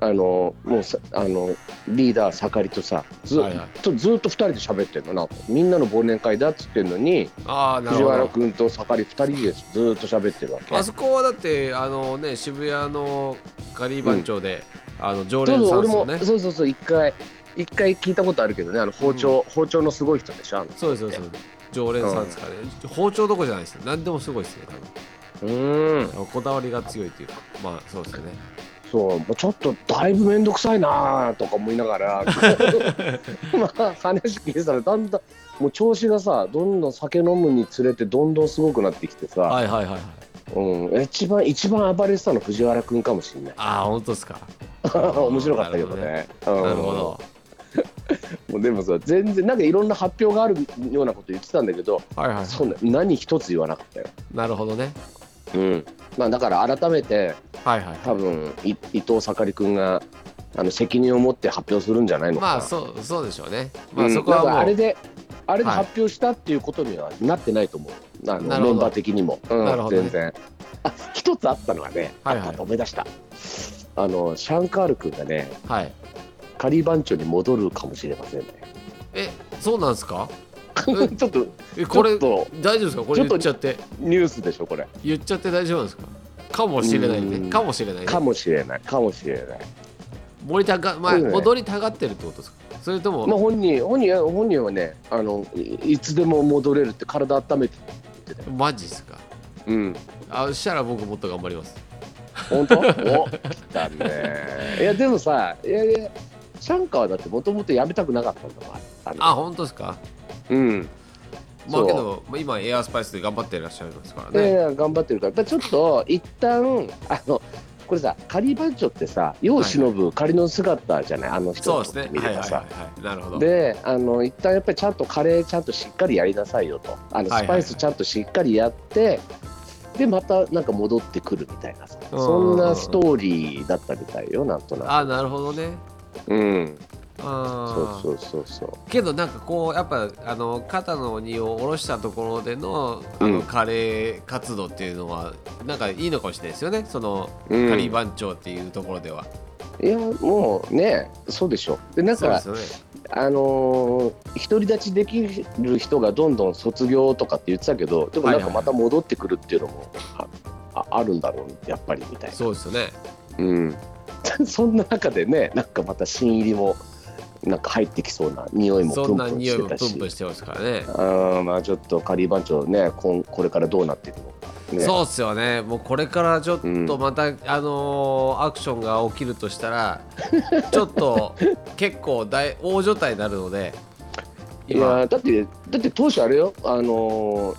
[SPEAKER 2] あのーもうさあのリーダー盛りとさず,、
[SPEAKER 1] はいはい
[SPEAKER 2] とずっと二人で喋ってるのなんかみんなの忘年会だっつってんのに
[SPEAKER 1] ああなる
[SPEAKER 2] 藤
[SPEAKER 1] ほ
[SPEAKER 2] 原
[SPEAKER 1] ど
[SPEAKER 2] 君と盛り二人でずっと喋ってるわけ
[SPEAKER 1] あそこはだってあのね渋谷のガリー番長で、あの常
[SPEAKER 2] そう
[SPEAKER 1] 連
[SPEAKER 2] そ
[SPEAKER 1] さ
[SPEAKER 2] うん
[SPEAKER 1] で
[SPEAKER 2] 俺
[SPEAKER 1] すよ
[SPEAKER 2] も
[SPEAKER 1] ね
[SPEAKER 2] そうそうそう一回一回聞いたことあるけどねあの包丁、包丁のすごい人でしょあの
[SPEAKER 1] そうですそうです常連さんですからね、包丁どころじゃないですよ何でもすごいですね
[SPEAKER 2] うーん
[SPEAKER 1] 多分こだわりが強いっていうかまあそうですよね
[SPEAKER 2] そうもうちょっとだいぶ面倒くさいなとか思いな
[SPEAKER 1] *laughs*
[SPEAKER 2] がらまあ話聞いてたらだんだんもう調子がさどんどん酒飲むにつれてどんどんすごくなってきてさ、
[SPEAKER 1] はいはいはいはい
[SPEAKER 2] うん、一番一番暴れてたの藤原君かもしれない
[SPEAKER 1] ああ本当ですか
[SPEAKER 2] 面白かったけどねうん
[SPEAKER 1] なるほど
[SPEAKER 2] もうでもさ全然なんかいろんな発表があるようなこと言ってたんだけど、
[SPEAKER 1] はいはい
[SPEAKER 2] そんな何一つ言わなかったよ
[SPEAKER 1] なるほどね
[SPEAKER 2] うんまあ、だから改めて
[SPEAKER 1] はいはい
[SPEAKER 2] 多分い伊藤盛君があの責任を持って発表するんじゃないのかな、
[SPEAKER 1] まあそうそうでしょうねま
[SPEAKER 2] う
[SPEAKER 1] あ
[SPEAKER 2] ん
[SPEAKER 1] そこは
[SPEAKER 2] だからあ
[SPEAKER 1] も
[SPEAKER 2] れ
[SPEAKER 1] う
[SPEAKER 2] であれで
[SPEAKER 1] はい
[SPEAKER 2] 発表したっていうことにはなってないと思う、あの
[SPEAKER 1] なるほ
[SPEAKER 2] メ
[SPEAKER 1] ど
[SPEAKER 2] ンバー的にも、うん
[SPEAKER 1] なるほどね
[SPEAKER 2] 全然あ一つあったのはね、
[SPEAKER 1] はいはい
[SPEAKER 2] あった思い出したあのシャンカール君がね
[SPEAKER 1] はい
[SPEAKER 2] カリー番長に戻るかもしれませんね
[SPEAKER 1] えそうなんですかえ
[SPEAKER 2] *laughs* ちょっと
[SPEAKER 1] えこれ
[SPEAKER 2] ちょっと
[SPEAKER 1] 大丈夫ですかこ
[SPEAKER 2] ち
[SPEAKER 1] れ
[SPEAKER 2] ょっと
[SPEAKER 1] 言っちゃって
[SPEAKER 2] ニュースでしょこれ
[SPEAKER 1] 言っちゃって大丈夫なんですかかもしれない
[SPEAKER 2] うん
[SPEAKER 1] ねかもしれないね
[SPEAKER 2] かもしれないかもしれない
[SPEAKER 1] 盛りたが、まあ、
[SPEAKER 2] そうだね
[SPEAKER 1] 戻りたがってるってことですかそれとも、
[SPEAKER 2] まあ、本人本人は本人はねあのいいつでも戻れるって体温めて、
[SPEAKER 1] マジっすか
[SPEAKER 2] うん、
[SPEAKER 1] あそしたら僕もっと頑張ります
[SPEAKER 2] 本当お来たねいやでもさいやいやシャンカーはだってもともとやめたくなかったんだもんあの
[SPEAKER 1] あ本当ですか
[SPEAKER 2] うん
[SPEAKER 1] まあ
[SPEAKER 2] そう
[SPEAKER 1] けどまあ今エアスパイスで頑張ってらっしゃいますから
[SPEAKER 2] いやい
[SPEAKER 1] ね、
[SPEAKER 2] や頑張ってるからだからちょっと一旦あのこれさ仮番長ってさ世を忍ぶ仮の姿じゃない、あの人
[SPEAKER 1] そう
[SPEAKER 2] の
[SPEAKER 1] ですね
[SPEAKER 2] 見
[SPEAKER 1] はい
[SPEAKER 2] れ
[SPEAKER 1] はい
[SPEAKER 2] ば
[SPEAKER 1] はい
[SPEAKER 2] さ
[SPEAKER 1] はいなるほど
[SPEAKER 2] であの一旦やっぱりちゃんとカレーちゃんとしっかりやりなさいよとあ
[SPEAKER 1] はい
[SPEAKER 2] の
[SPEAKER 1] はい
[SPEAKER 2] スパイスちゃんとしっかりやって、でまたなんか戻ってくるみたいなさ
[SPEAKER 1] うん
[SPEAKER 2] そんなストーリーだったみたいよなんとな
[SPEAKER 1] あなるほどね
[SPEAKER 2] くうん
[SPEAKER 1] ああ
[SPEAKER 2] そうそうそうそう
[SPEAKER 1] けどなんかこうやっぱあの肩の荷を下ろしたところでのあの、
[SPEAKER 2] うん
[SPEAKER 1] カレー活動っていうのはなんかいいのかもしれないですよねその、
[SPEAKER 2] うん
[SPEAKER 1] カリー番長っていうところではい
[SPEAKER 2] やもうねそうでしょでなん
[SPEAKER 1] そうで
[SPEAKER 2] か
[SPEAKER 1] すよね
[SPEAKER 2] あのー独り立ちできる人がどんどん卒業とかって言ってたけどでもなんか
[SPEAKER 1] はいは
[SPEAKER 2] ま
[SPEAKER 1] い
[SPEAKER 2] た戻ってくるっていうのもあああるんだろうやっぱりみたいな
[SPEAKER 1] そうですよね
[SPEAKER 2] うん *laughs* そんな中でねなんかまた新入りもなんか入ってきそうな匂いも
[SPEAKER 1] そ
[SPEAKER 2] プ
[SPEAKER 1] ん
[SPEAKER 2] ン
[SPEAKER 1] な
[SPEAKER 2] プン
[SPEAKER 1] 匂
[SPEAKER 2] し
[SPEAKER 1] い
[SPEAKER 2] て
[SPEAKER 1] も
[SPEAKER 2] た
[SPEAKER 1] プン
[SPEAKER 2] し
[SPEAKER 1] プンしてますからね。
[SPEAKER 2] あまあちょっとカリー番長ねこんこれからどうなっていくのか、ね、
[SPEAKER 1] そうっすよね、もうこれからちょっ
[SPEAKER 2] う
[SPEAKER 1] と
[SPEAKER 2] ん
[SPEAKER 1] また、あのーアクションが起きるとしたら、ちょっと結構大大所帯になるので、
[SPEAKER 2] い
[SPEAKER 1] 今、
[SPEAKER 2] やだってだって当初あれよあのー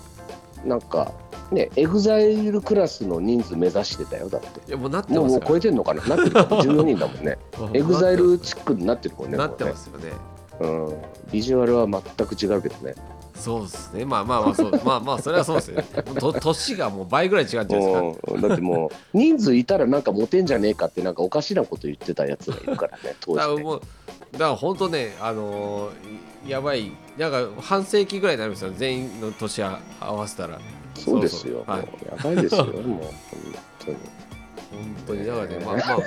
[SPEAKER 2] なんかねエグザイルクラスの人数目指してたよだって
[SPEAKER 1] いやもうなってま
[SPEAKER 2] もうも
[SPEAKER 1] す
[SPEAKER 2] う
[SPEAKER 1] か
[SPEAKER 2] 超えてんのかななってるか14人だも
[SPEAKER 1] *laughs*
[SPEAKER 2] んね
[SPEAKER 1] ら、
[SPEAKER 2] エグザイルチックになってるもんね
[SPEAKER 1] なって
[SPEAKER 2] もう
[SPEAKER 1] ま
[SPEAKER 2] ね
[SPEAKER 1] すよね。
[SPEAKER 2] うん、ビジュアルは全く違うけどね
[SPEAKER 1] そうですね、まあまあまあそう、まあまあ、それはそうですよね。と年がもう倍ぐらい違うんじゃないですか。
[SPEAKER 2] うんだってもう *laughs* 人数いたらなんかモテんじゃねえかってなんかおかしなこと言ってたやつがいるからね当
[SPEAKER 1] だか
[SPEAKER 2] 時
[SPEAKER 1] ら
[SPEAKER 2] ね
[SPEAKER 1] もう、だから本当ね、あのーやばい、なんか半世紀ぐらいになりますよ、全員の年合わせたら。
[SPEAKER 2] そうですよ
[SPEAKER 1] そうそうはい
[SPEAKER 2] もうやばいですよもう本当に
[SPEAKER 1] 本当にだからね、まあまあ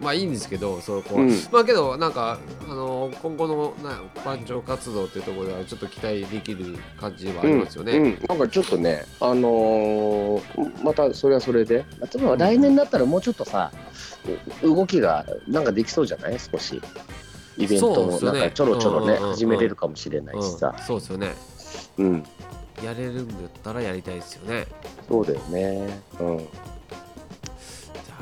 [SPEAKER 1] まあいいんですけどそこは、
[SPEAKER 2] うん
[SPEAKER 1] まあけどなんかあの今後のな番長活動っていうところではちょっと期待できる感じはありますよね、
[SPEAKER 2] うんうんなんかちょっとね、あのーまたそれはそれで、例えば来年になったらもうちょっとさ、う動きがなんかできそうじゃない少し。イベント
[SPEAKER 1] そうで
[SPEAKER 2] も
[SPEAKER 1] すよ
[SPEAKER 2] なん
[SPEAKER 1] ね
[SPEAKER 2] かちょろちょろね、
[SPEAKER 1] うんうんうんうん
[SPEAKER 2] 始めれるかもしれないしさ
[SPEAKER 1] う、んそうですよね
[SPEAKER 2] うん
[SPEAKER 1] やれるんだったらやりたいですよね
[SPEAKER 2] そうだよね、うん、
[SPEAKER 1] じゃ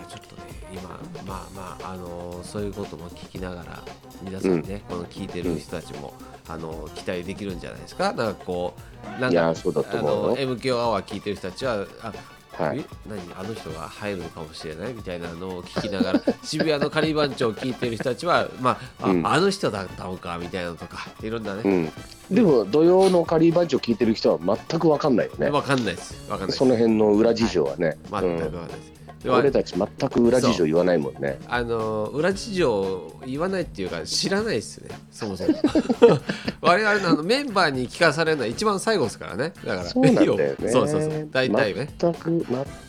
[SPEAKER 1] あちょっとね今まあまああのそういうことも聞きながら皆さんね、この聞いてる人たちも、あの期待できるんじゃないですかなんかこうなん
[SPEAKER 2] いや
[SPEAKER 1] か
[SPEAKER 2] ーそうだと
[SPEAKER 1] あ
[SPEAKER 2] 思
[SPEAKER 1] の
[SPEAKER 2] うよ、
[SPEAKER 1] MQ アワー聞いてる人たちはあ
[SPEAKER 2] はい、
[SPEAKER 1] え何あの人が入るのかもしれないみたいなのを聞きながら *laughs* 渋谷の仮番長を聞いてる人たちは、まああ
[SPEAKER 2] うん
[SPEAKER 1] あの人だったのかみたいなのとかいろんな
[SPEAKER 2] う
[SPEAKER 1] ね、
[SPEAKER 2] ん、でも土曜のカリーバンチを聞いてる人は全く分かんないよね
[SPEAKER 1] わかんないですわかんないです
[SPEAKER 2] その辺の裏事情はね、
[SPEAKER 1] 全くわかんないです、
[SPEAKER 2] う
[SPEAKER 1] で
[SPEAKER 2] ん、
[SPEAKER 1] も
[SPEAKER 2] 俺たち全く裏事情言わないもんね
[SPEAKER 1] あの裏事情を言わないっていうか知らないですねそもそも我々のあのメンバーに聞かされるのは一番最後ですからねだから
[SPEAKER 2] そうなんだよね
[SPEAKER 1] そうそうそう大体ね、
[SPEAKER 2] 全く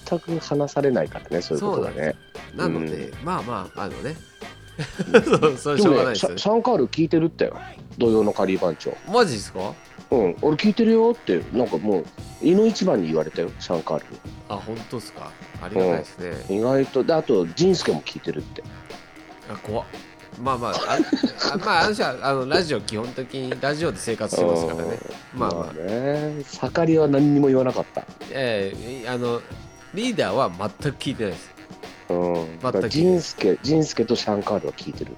[SPEAKER 2] 全く話されないからねそういうことがね
[SPEAKER 1] なので、
[SPEAKER 2] う
[SPEAKER 1] まあまああのねそう *laughs* それしょうがないです
[SPEAKER 2] シ
[SPEAKER 1] よ
[SPEAKER 2] ャ
[SPEAKER 1] ね
[SPEAKER 2] シャンカール聞いてるってよ土曜のカリー番長
[SPEAKER 1] マジですか
[SPEAKER 2] うん俺聞いてるよってなんかもう胃の一番に言われたよシャンカール
[SPEAKER 1] あ本当ですかありがたいですね、
[SPEAKER 2] に意外とであと仁助も聞いてるって
[SPEAKER 1] あ怖っまあまあ *laughs* ああまああの人はあのラジオ基本的にラジオで生活してますからねまあまあ、
[SPEAKER 2] ね盛りは何にも言わなかった
[SPEAKER 1] ええあのリーダーは全く聞いてないです
[SPEAKER 2] うんだか
[SPEAKER 1] 全
[SPEAKER 2] ら
[SPEAKER 1] く聞いてない
[SPEAKER 2] 仁助仁助とシャンカールは聞いてる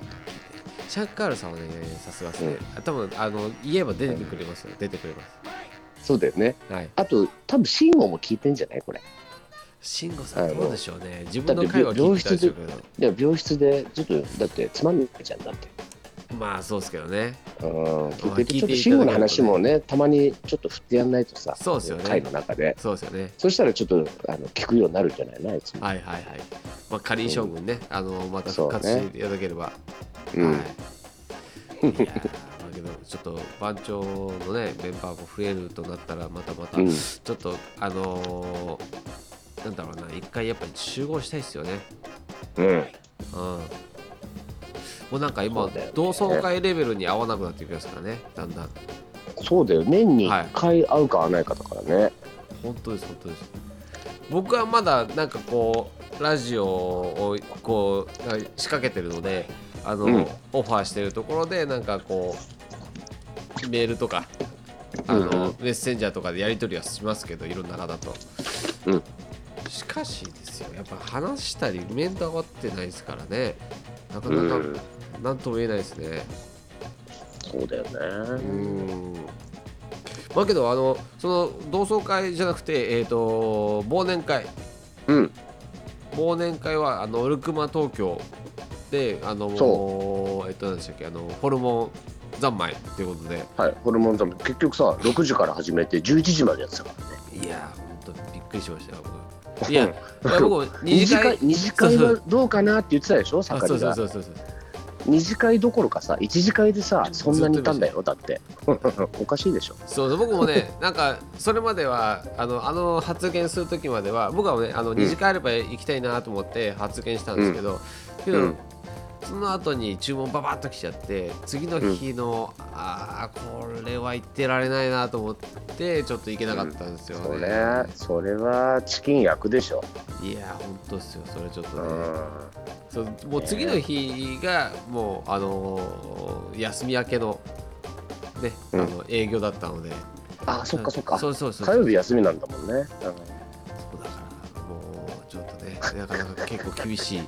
[SPEAKER 1] シャンカールさんはねさすがですね
[SPEAKER 2] う、
[SPEAKER 1] あ多分あの言えば出てくれますよ出てくれま
[SPEAKER 2] そうだよね
[SPEAKER 1] すはい
[SPEAKER 2] あと多分慎吾も聞いてんじゃないこれ
[SPEAKER 1] 慎吾さん
[SPEAKER 2] あの
[SPEAKER 1] どうでしょうね自分の会話聞いてたでしょうけど
[SPEAKER 2] いや病室でちょっとだってつまんないじゃんだって
[SPEAKER 1] まあそうですけどね
[SPEAKER 2] うん聞
[SPEAKER 1] まあ
[SPEAKER 2] いて
[SPEAKER 1] 聞いていただけるとね
[SPEAKER 2] ちょっと慎吾の話もねたまにちょっと振ってやんないとさ
[SPEAKER 1] そうですよね
[SPEAKER 2] 会の中で
[SPEAKER 1] そうですよね
[SPEAKER 2] そしたらちょっとあの聞くようになるんじゃないのあいつも、
[SPEAKER 1] はいはいはいまあ仮に将軍ね、あのまた復活
[SPEAKER 2] そう
[SPEAKER 1] し
[SPEAKER 2] ね
[SPEAKER 1] ていただければ
[SPEAKER 2] う
[SPEAKER 1] は
[SPEAKER 2] ん
[SPEAKER 1] いいやーまあけどちょっと番長のねメンバーも増えるとなったらまたまた
[SPEAKER 2] うん
[SPEAKER 1] ちょっと、あのーなんだろうな一回やっぱり集合したいですよね
[SPEAKER 2] うん
[SPEAKER 1] うんもうなんか
[SPEAKER 2] そ
[SPEAKER 1] 今、
[SPEAKER 2] うだよね
[SPEAKER 1] 同窓会レベルに合わなくなってきますからねだんだん
[SPEAKER 2] そうだよ年に1回会うか会わないかだからね、
[SPEAKER 1] 本当です本当です僕はまだなんかこうラジオをこうなんか仕掛けてるのであの、
[SPEAKER 2] うん
[SPEAKER 1] オファーしてるところでなんかこうメールとかあの、
[SPEAKER 2] うんうん
[SPEAKER 1] メッセンジャーとかでやり取りはしますけどいろんな方と、
[SPEAKER 2] うん
[SPEAKER 1] しかしですよやっぱ話したり面と合ってないですからねなか
[SPEAKER 2] う
[SPEAKER 1] なか
[SPEAKER 2] ん、
[SPEAKER 1] 何とも言えないですね
[SPEAKER 2] そうだよ
[SPEAKER 1] う
[SPEAKER 2] ね、
[SPEAKER 1] んまあけどあのその同窓会じゃなくてえっ、と忘年会
[SPEAKER 2] うん、
[SPEAKER 1] 忘年会はあのオルクマ東京であのえっと何でしたっけあのホルモン三昧っていうことで
[SPEAKER 2] はいホルモンザム結局さ6時から始めて11時までやってたからね
[SPEAKER 1] いやー本当にびっくりしましたよ僕い
[SPEAKER 2] *laughs*
[SPEAKER 1] やいや僕も
[SPEAKER 2] 二
[SPEAKER 1] 二
[SPEAKER 2] 次
[SPEAKER 1] 次
[SPEAKER 2] 会
[SPEAKER 1] 会
[SPEAKER 2] 二次会
[SPEAKER 1] そう
[SPEAKER 2] はどうかなって言ってたでしょ
[SPEAKER 1] あ
[SPEAKER 2] 盛
[SPEAKER 1] そう
[SPEAKER 2] り
[SPEAKER 1] そ
[SPEAKER 2] が
[SPEAKER 1] うそうそうそう
[SPEAKER 2] 二次会どころかさ一次会でさそんなにいたんだよだって *laughs* おかしいでしょ
[SPEAKER 1] そうそう僕もね *laughs* なんかそれまではあのあの発言する時までは僕はねあの
[SPEAKER 2] ん
[SPEAKER 1] 二次会あれば行きたいなと思って発言したんですけど、けど、
[SPEAKER 2] うん
[SPEAKER 1] そその後に注文ババッと来ちゃって次の日の、ああこれは行ってられないなと思ってちょっと行けなかったんですよね、
[SPEAKER 2] それそれはチキン焼くでしょ、
[SPEAKER 1] いや本当ですよそれちょっと
[SPEAKER 2] う
[SPEAKER 1] ね、
[SPEAKER 2] ん、
[SPEAKER 1] そうもう次の日がもうあのー休み明けのね、
[SPEAKER 2] うん
[SPEAKER 1] あの営業だったので
[SPEAKER 2] あそっかそっか
[SPEAKER 1] そうそうそうそ
[SPEAKER 2] 火
[SPEAKER 1] う
[SPEAKER 2] 曜日休みなんだもんね、
[SPEAKER 1] だからもうちょっとねなかなか結構厳しい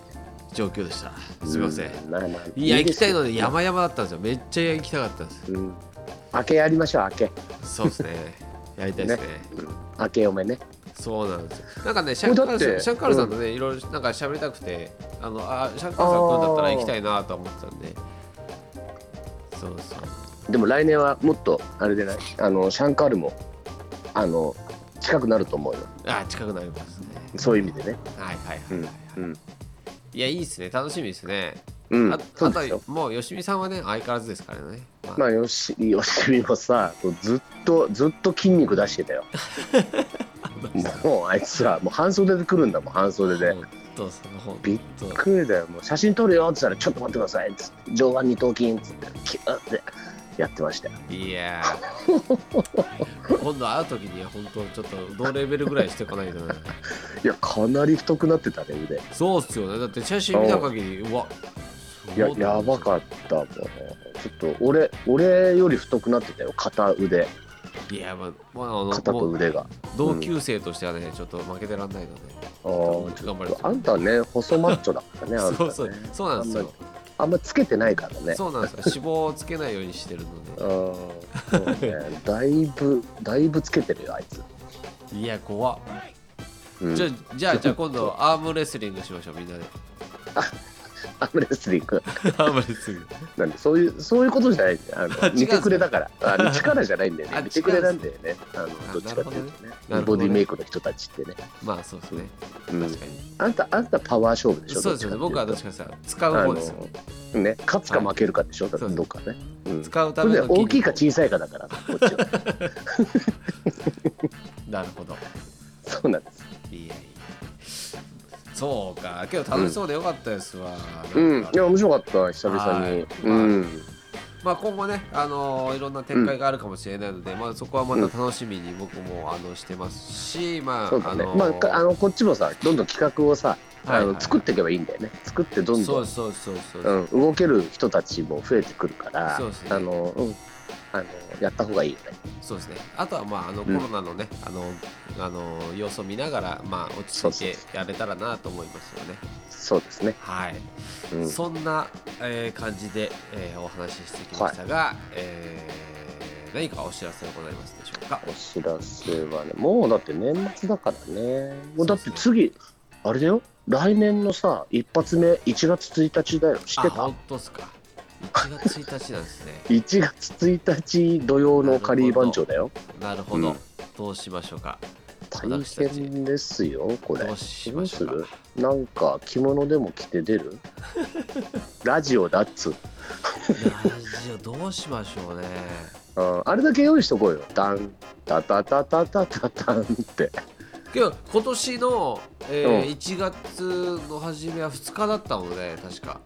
[SPEAKER 1] 状況でしたすみません、
[SPEAKER 2] うなない
[SPEAKER 1] や行きたいの
[SPEAKER 2] で
[SPEAKER 1] です
[SPEAKER 2] よ
[SPEAKER 1] 山々だったんですよめっちゃ行きたかったんです
[SPEAKER 2] うん明けやりましょう明け
[SPEAKER 1] そうですねやりたいですね
[SPEAKER 2] 明け嫁ね
[SPEAKER 1] そうなんですよなんかねシャンカール
[SPEAKER 2] これだっ
[SPEAKER 1] さん
[SPEAKER 2] て
[SPEAKER 1] シャンカールさんとね、いろいろなんか喋りたくてあのあシャンカールさん来るんだったら行きたいなと思ってたんでそうそう
[SPEAKER 2] でも来年はもっとあれでないあのシャンカールもあの近くなると思うよ
[SPEAKER 1] あ近くなりますね
[SPEAKER 2] そういう意味でね
[SPEAKER 1] はいはいは
[SPEAKER 2] う
[SPEAKER 1] い、
[SPEAKER 2] ん
[SPEAKER 1] はい
[SPEAKER 2] うん
[SPEAKER 1] いやいいですね楽しみですね、
[SPEAKER 2] うん
[SPEAKER 1] ああ
[SPEAKER 2] そう
[SPEAKER 1] と
[SPEAKER 2] ですよ
[SPEAKER 1] もうよしみさんはね相変わらずですからね、まあ
[SPEAKER 2] まあよしよしみもさずっとずっと筋肉出して
[SPEAKER 1] *laughs*
[SPEAKER 2] たよもうあいつらもう半袖で来るんだもん半袖で
[SPEAKER 1] 本当その本
[SPEAKER 2] びっ
[SPEAKER 1] 当
[SPEAKER 2] くりだよもう写真撮るよって言ったらちょっと待ってくださいっつって上腕二頭筋っつってキューってやってましたよ
[SPEAKER 1] い
[SPEAKER 2] *laughs*
[SPEAKER 1] やー今度会う時には本当ちょっと同レベルぐらいしておかないとな
[SPEAKER 2] いやかなり太くなってたね腕
[SPEAKER 1] そうっすよねだって写真見た限りうわ
[SPEAKER 2] いややばかったもんちょっと俺俺より太くなってたよ片腕
[SPEAKER 1] たいやまあ、まあ、あの
[SPEAKER 2] 肩と
[SPEAKER 1] もう
[SPEAKER 2] 腕が
[SPEAKER 1] 同級生としてはねちょっと負けてらんないので、
[SPEAKER 2] あーちょ
[SPEAKER 1] 頑張
[SPEAKER 2] っ
[SPEAKER 1] ります
[SPEAKER 2] とあんたね細マッチョだから
[SPEAKER 1] *laughs*
[SPEAKER 2] ねあんた
[SPEAKER 1] そう
[SPEAKER 2] ね
[SPEAKER 1] そうそうなんですよ、
[SPEAKER 2] あんまつけてないからね
[SPEAKER 1] そうなんですよ脂肪をつけないようにしてるので
[SPEAKER 2] あーそうねだいぶだいぶつけてるよあいつ、
[SPEAKER 1] いや怖っ
[SPEAKER 2] うん
[SPEAKER 1] じゃあじゃあじゃあ今度アームレスリングしましょうみん
[SPEAKER 2] *laughs*
[SPEAKER 1] なで
[SPEAKER 2] アームレスリング
[SPEAKER 1] アームレスリング
[SPEAKER 2] なんでそういうそういうことじゃないんだよあ
[SPEAKER 1] あ違
[SPEAKER 2] の
[SPEAKER 1] うんですね
[SPEAKER 2] 見てくれだからあの力じゃないんだよ
[SPEAKER 1] あ
[SPEAKER 2] ね見てくれなんだよねあ
[SPEAKER 1] あ
[SPEAKER 2] のどっちかっていうとね
[SPEAKER 1] なるほどね
[SPEAKER 2] ボディメイクの人たちってね、
[SPEAKER 1] まあそうですね
[SPEAKER 2] うん
[SPEAKER 1] 確かに、
[SPEAKER 2] あんたあんたパワー勝負でしょ
[SPEAKER 1] そうですよね
[SPEAKER 2] どっ
[SPEAKER 1] 僕
[SPEAKER 2] ちか
[SPEAKER 1] は
[SPEAKER 2] って
[SPEAKER 1] ど
[SPEAKER 2] い
[SPEAKER 1] っ
[SPEAKER 2] うと
[SPEAKER 1] ちかさ使う方ですよ、
[SPEAKER 2] あのね、勝つか負けるかでしょ、だってどっかね。うん
[SPEAKER 1] 使うた
[SPEAKER 2] そ
[SPEAKER 1] め
[SPEAKER 2] れ
[SPEAKER 1] の
[SPEAKER 2] で
[SPEAKER 1] 筋肉
[SPEAKER 2] 大きいか小さいかだから、こっちは。
[SPEAKER 1] *laughs* なるほど
[SPEAKER 2] そうなんです。
[SPEAKER 1] いやいやそうか今日楽しそうでよかったですわ、
[SPEAKER 2] うん、
[SPEAKER 1] なんか
[SPEAKER 2] いや、面白かった、久々に
[SPEAKER 1] は。い
[SPEAKER 2] うん、
[SPEAKER 1] まあ、今後ね、あのーいろんな展開があるかもしれないので、まあ、そこはまた楽しみに僕もあのしてますし、まあ、
[SPEAKER 2] そうだね。
[SPEAKER 1] あの
[SPEAKER 2] まあか、あ
[SPEAKER 1] の
[SPEAKER 2] の、こっちもさ、どんどん企画をさ、あ
[SPEAKER 1] はいは
[SPEAKER 2] の、
[SPEAKER 1] い
[SPEAKER 2] 作っていけばいいんだよね。作ってどん
[SPEAKER 1] そ
[SPEAKER 2] ど、
[SPEAKER 1] うんそうそうそう、
[SPEAKER 2] うん、動ける人たちも増えてくるから
[SPEAKER 1] そうですね、
[SPEAKER 2] あの、うん、あの、やった方がいいよね。
[SPEAKER 1] そうですね。あとはまああのコ
[SPEAKER 2] うん
[SPEAKER 1] ロナのね、あのあの様子を見ながらまあ落ち
[SPEAKER 2] そう
[SPEAKER 1] 着
[SPEAKER 2] そう
[SPEAKER 1] いてやれたらなと思いますよね。
[SPEAKER 2] そうですね。
[SPEAKER 1] はい。
[SPEAKER 2] うん、
[SPEAKER 1] そんな、えー感じで、えーお話ししてきましたが、えー何かお知らせございますでしょうか。
[SPEAKER 2] お知らせはね、もうだって年末だからね。もうだって次、あれだよ。来年のさ、一発目、1月1日だよ。知って
[SPEAKER 1] あ
[SPEAKER 2] た
[SPEAKER 1] 本当ですか。1月1日なんです
[SPEAKER 2] *laughs*
[SPEAKER 1] ね。
[SPEAKER 2] 1月1日土曜のカリー番長だよ。
[SPEAKER 1] なるほど。
[SPEAKER 2] うん
[SPEAKER 1] どうしましょうか。
[SPEAKER 2] 大
[SPEAKER 1] 私たち
[SPEAKER 2] 変ですよ、これ
[SPEAKER 1] どう。しましょうか。
[SPEAKER 2] どうなんか着物でも着て
[SPEAKER 1] *laughs*
[SPEAKER 2] 出るラジオだっつう、
[SPEAKER 1] ラジオどうしましょうね。
[SPEAKER 2] うんあれだけ用意しとこうよ。ダン、タタタタタタタンって。
[SPEAKER 1] けど今年の、えー
[SPEAKER 2] うん
[SPEAKER 1] 1月の初めは2日だったので確か。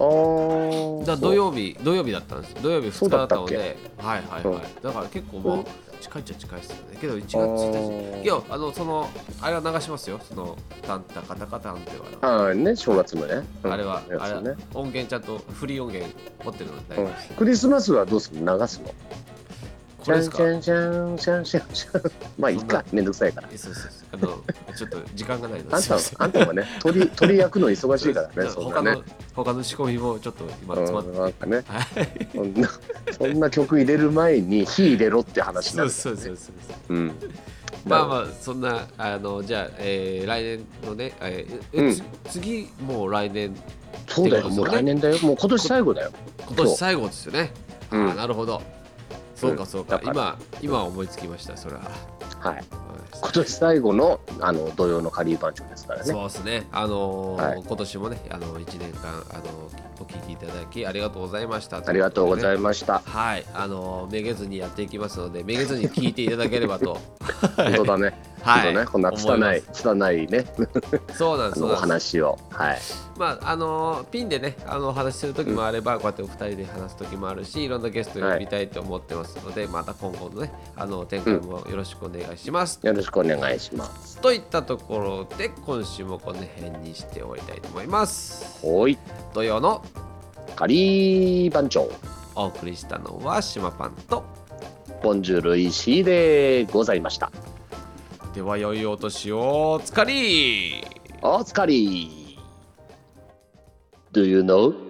[SPEAKER 2] あー
[SPEAKER 1] だ土曜日土曜日だったんです土曜日2日だったので
[SPEAKER 2] そう
[SPEAKER 1] はいはいはい、だから結構ま
[SPEAKER 2] う
[SPEAKER 1] あ
[SPEAKER 2] ん
[SPEAKER 1] 近いっちゃ近いですよねけど1月
[SPEAKER 2] そう
[SPEAKER 1] 1日
[SPEAKER 2] あー
[SPEAKER 1] いやあのそのあれは流しますよそのタンタカタカタンっていうあの
[SPEAKER 2] あーね、正月のね。うん
[SPEAKER 1] あれは、
[SPEAKER 2] や
[SPEAKER 1] あれ
[SPEAKER 2] つね
[SPEAKER 1] は音源ちゃんとフリー音源持ってるので大丈
[SPEAKER 2] う
[SPEAKER 1] 夫
[SPEAKER 2] ん
[SPEAKER 1] です、
[SPEAKER 2] クリスマスはどうするの流すの
[SPEAKER 1] これですか
[SPEAKER 2] シャンシャンシャンシャンシャンシャン。まあいい
[SPEAKER 1] そんな
[SPEAKER 2] か、めんどくさいから。
[SPEAKER 1] えそうそうそうあのちょっと時間がないので
[SPEAKER 2] あん
[SPEAKER 1] すい
[SPEAKER 2] た
[SPEAKER 1] ま
[SPEAKER 2] は
[SPEAKER 1] せん
[SPEAKER 2] あんたもね、 *laughs* 鳥鳥焼くの忙しいから
[SPEAKER 1] ちょっ
[SPEAKER 2] ね、
[SPEAKER 1] と
[SPEAKER 2] そん
[SPEAKER 1] 他
[SPEAKER 2] なね
[SPEAKER 1] の。他の仕込みもちょっと今詰まっ
[SPEAKER 2] う
[SPEAKER 1] て
[SPEAKER 2] ん、なんかね、
[SPEAKER 1] はい
[SPEAKER 2] そんなそんな曲入れる前に火入れろって話
[SPEAKER 1] そ
[SPEAKER 2] なん
[SPEAKER 1] う
[SPEAKER 2] だ
[SPEAKER 1] そうそうそう
[SPEAKER 2] うん。
[SPEAKER 1] まあまあそんなあのじゃあ、えー来年のね、えーえ
[SPEAKER 2] うん
[SPEAKER 1] つ次もう来年
[SPEAKER 2] そうだよ、もう来年だよ、もう今年最後だよ。
[SPEAKER 1] 今年最後ですよね、
[SPEAKER 2] うん
[SPEAKER 1] あーなるほどそうかそうか、
[SPEAKER 2] だから
[SPEAKER 1] 今今思いつきましたそれは
[SPEAKER 2] はい、今年最後のあの土曜のカリー番長ですからね。
[SPEAKER 1] そうですね、あのー
[SPEAKER 2] はい
[SPEAKER 1] 今年もね、あの1年間、あのお聞きいただきありがとうございました、
[SPEAKER 2] ありがとうござ
[SPEAKER 1] ま
[SPEAKER 2] いました。
[SPEAKER 1] す。はい、あのーめげずにやっていきますので、めげずに聞いていただけれ
[SPEAKER 2] *laughs*
[SPEAKER 1] ばと。
[SPEAKER 2] 本当だね。
[SPEAKER 1] は
[SPEAKER 2] 本当ね、こんな拙い
[SPEAKER 1] 思ま
[SPEAKER 2] 拙いね、
[SPEAKER 1] すそうなんで
[SPEAKER 2] あ
[SPEAKER 1] す。
[SPEAKER 2] の
[SPEAKER 1] そう
[SPEAKER 2] お
[SPEAKER 1] なんです
[SPEAKER 2] 話を。はい。
[SPEAKER 1] まああのーピンでねあのお話しする時もあれば、こうやってお二人で話す時もあるしいろんなゲストを呼びたいと思ってますので、また今後のねあの展開もよろしくお願いします、
[SPEAKER 2] よろしくお願いします。
[SPEAKER 1] といったところで今週もこの辺にして終わりたいと思います
[SPEAKER 2] おい、
[SPEAKER 1] 土曜の
[SPEAKER 2] カリー番長、
[SPEAKER 1] お送りしたのは島パンと
[SPEAKER 2] ボンジュール石井でございました。
[SPEAKER 1] では良いお年をおつかり
[SPEAKER 2] お疲れ。Do you know?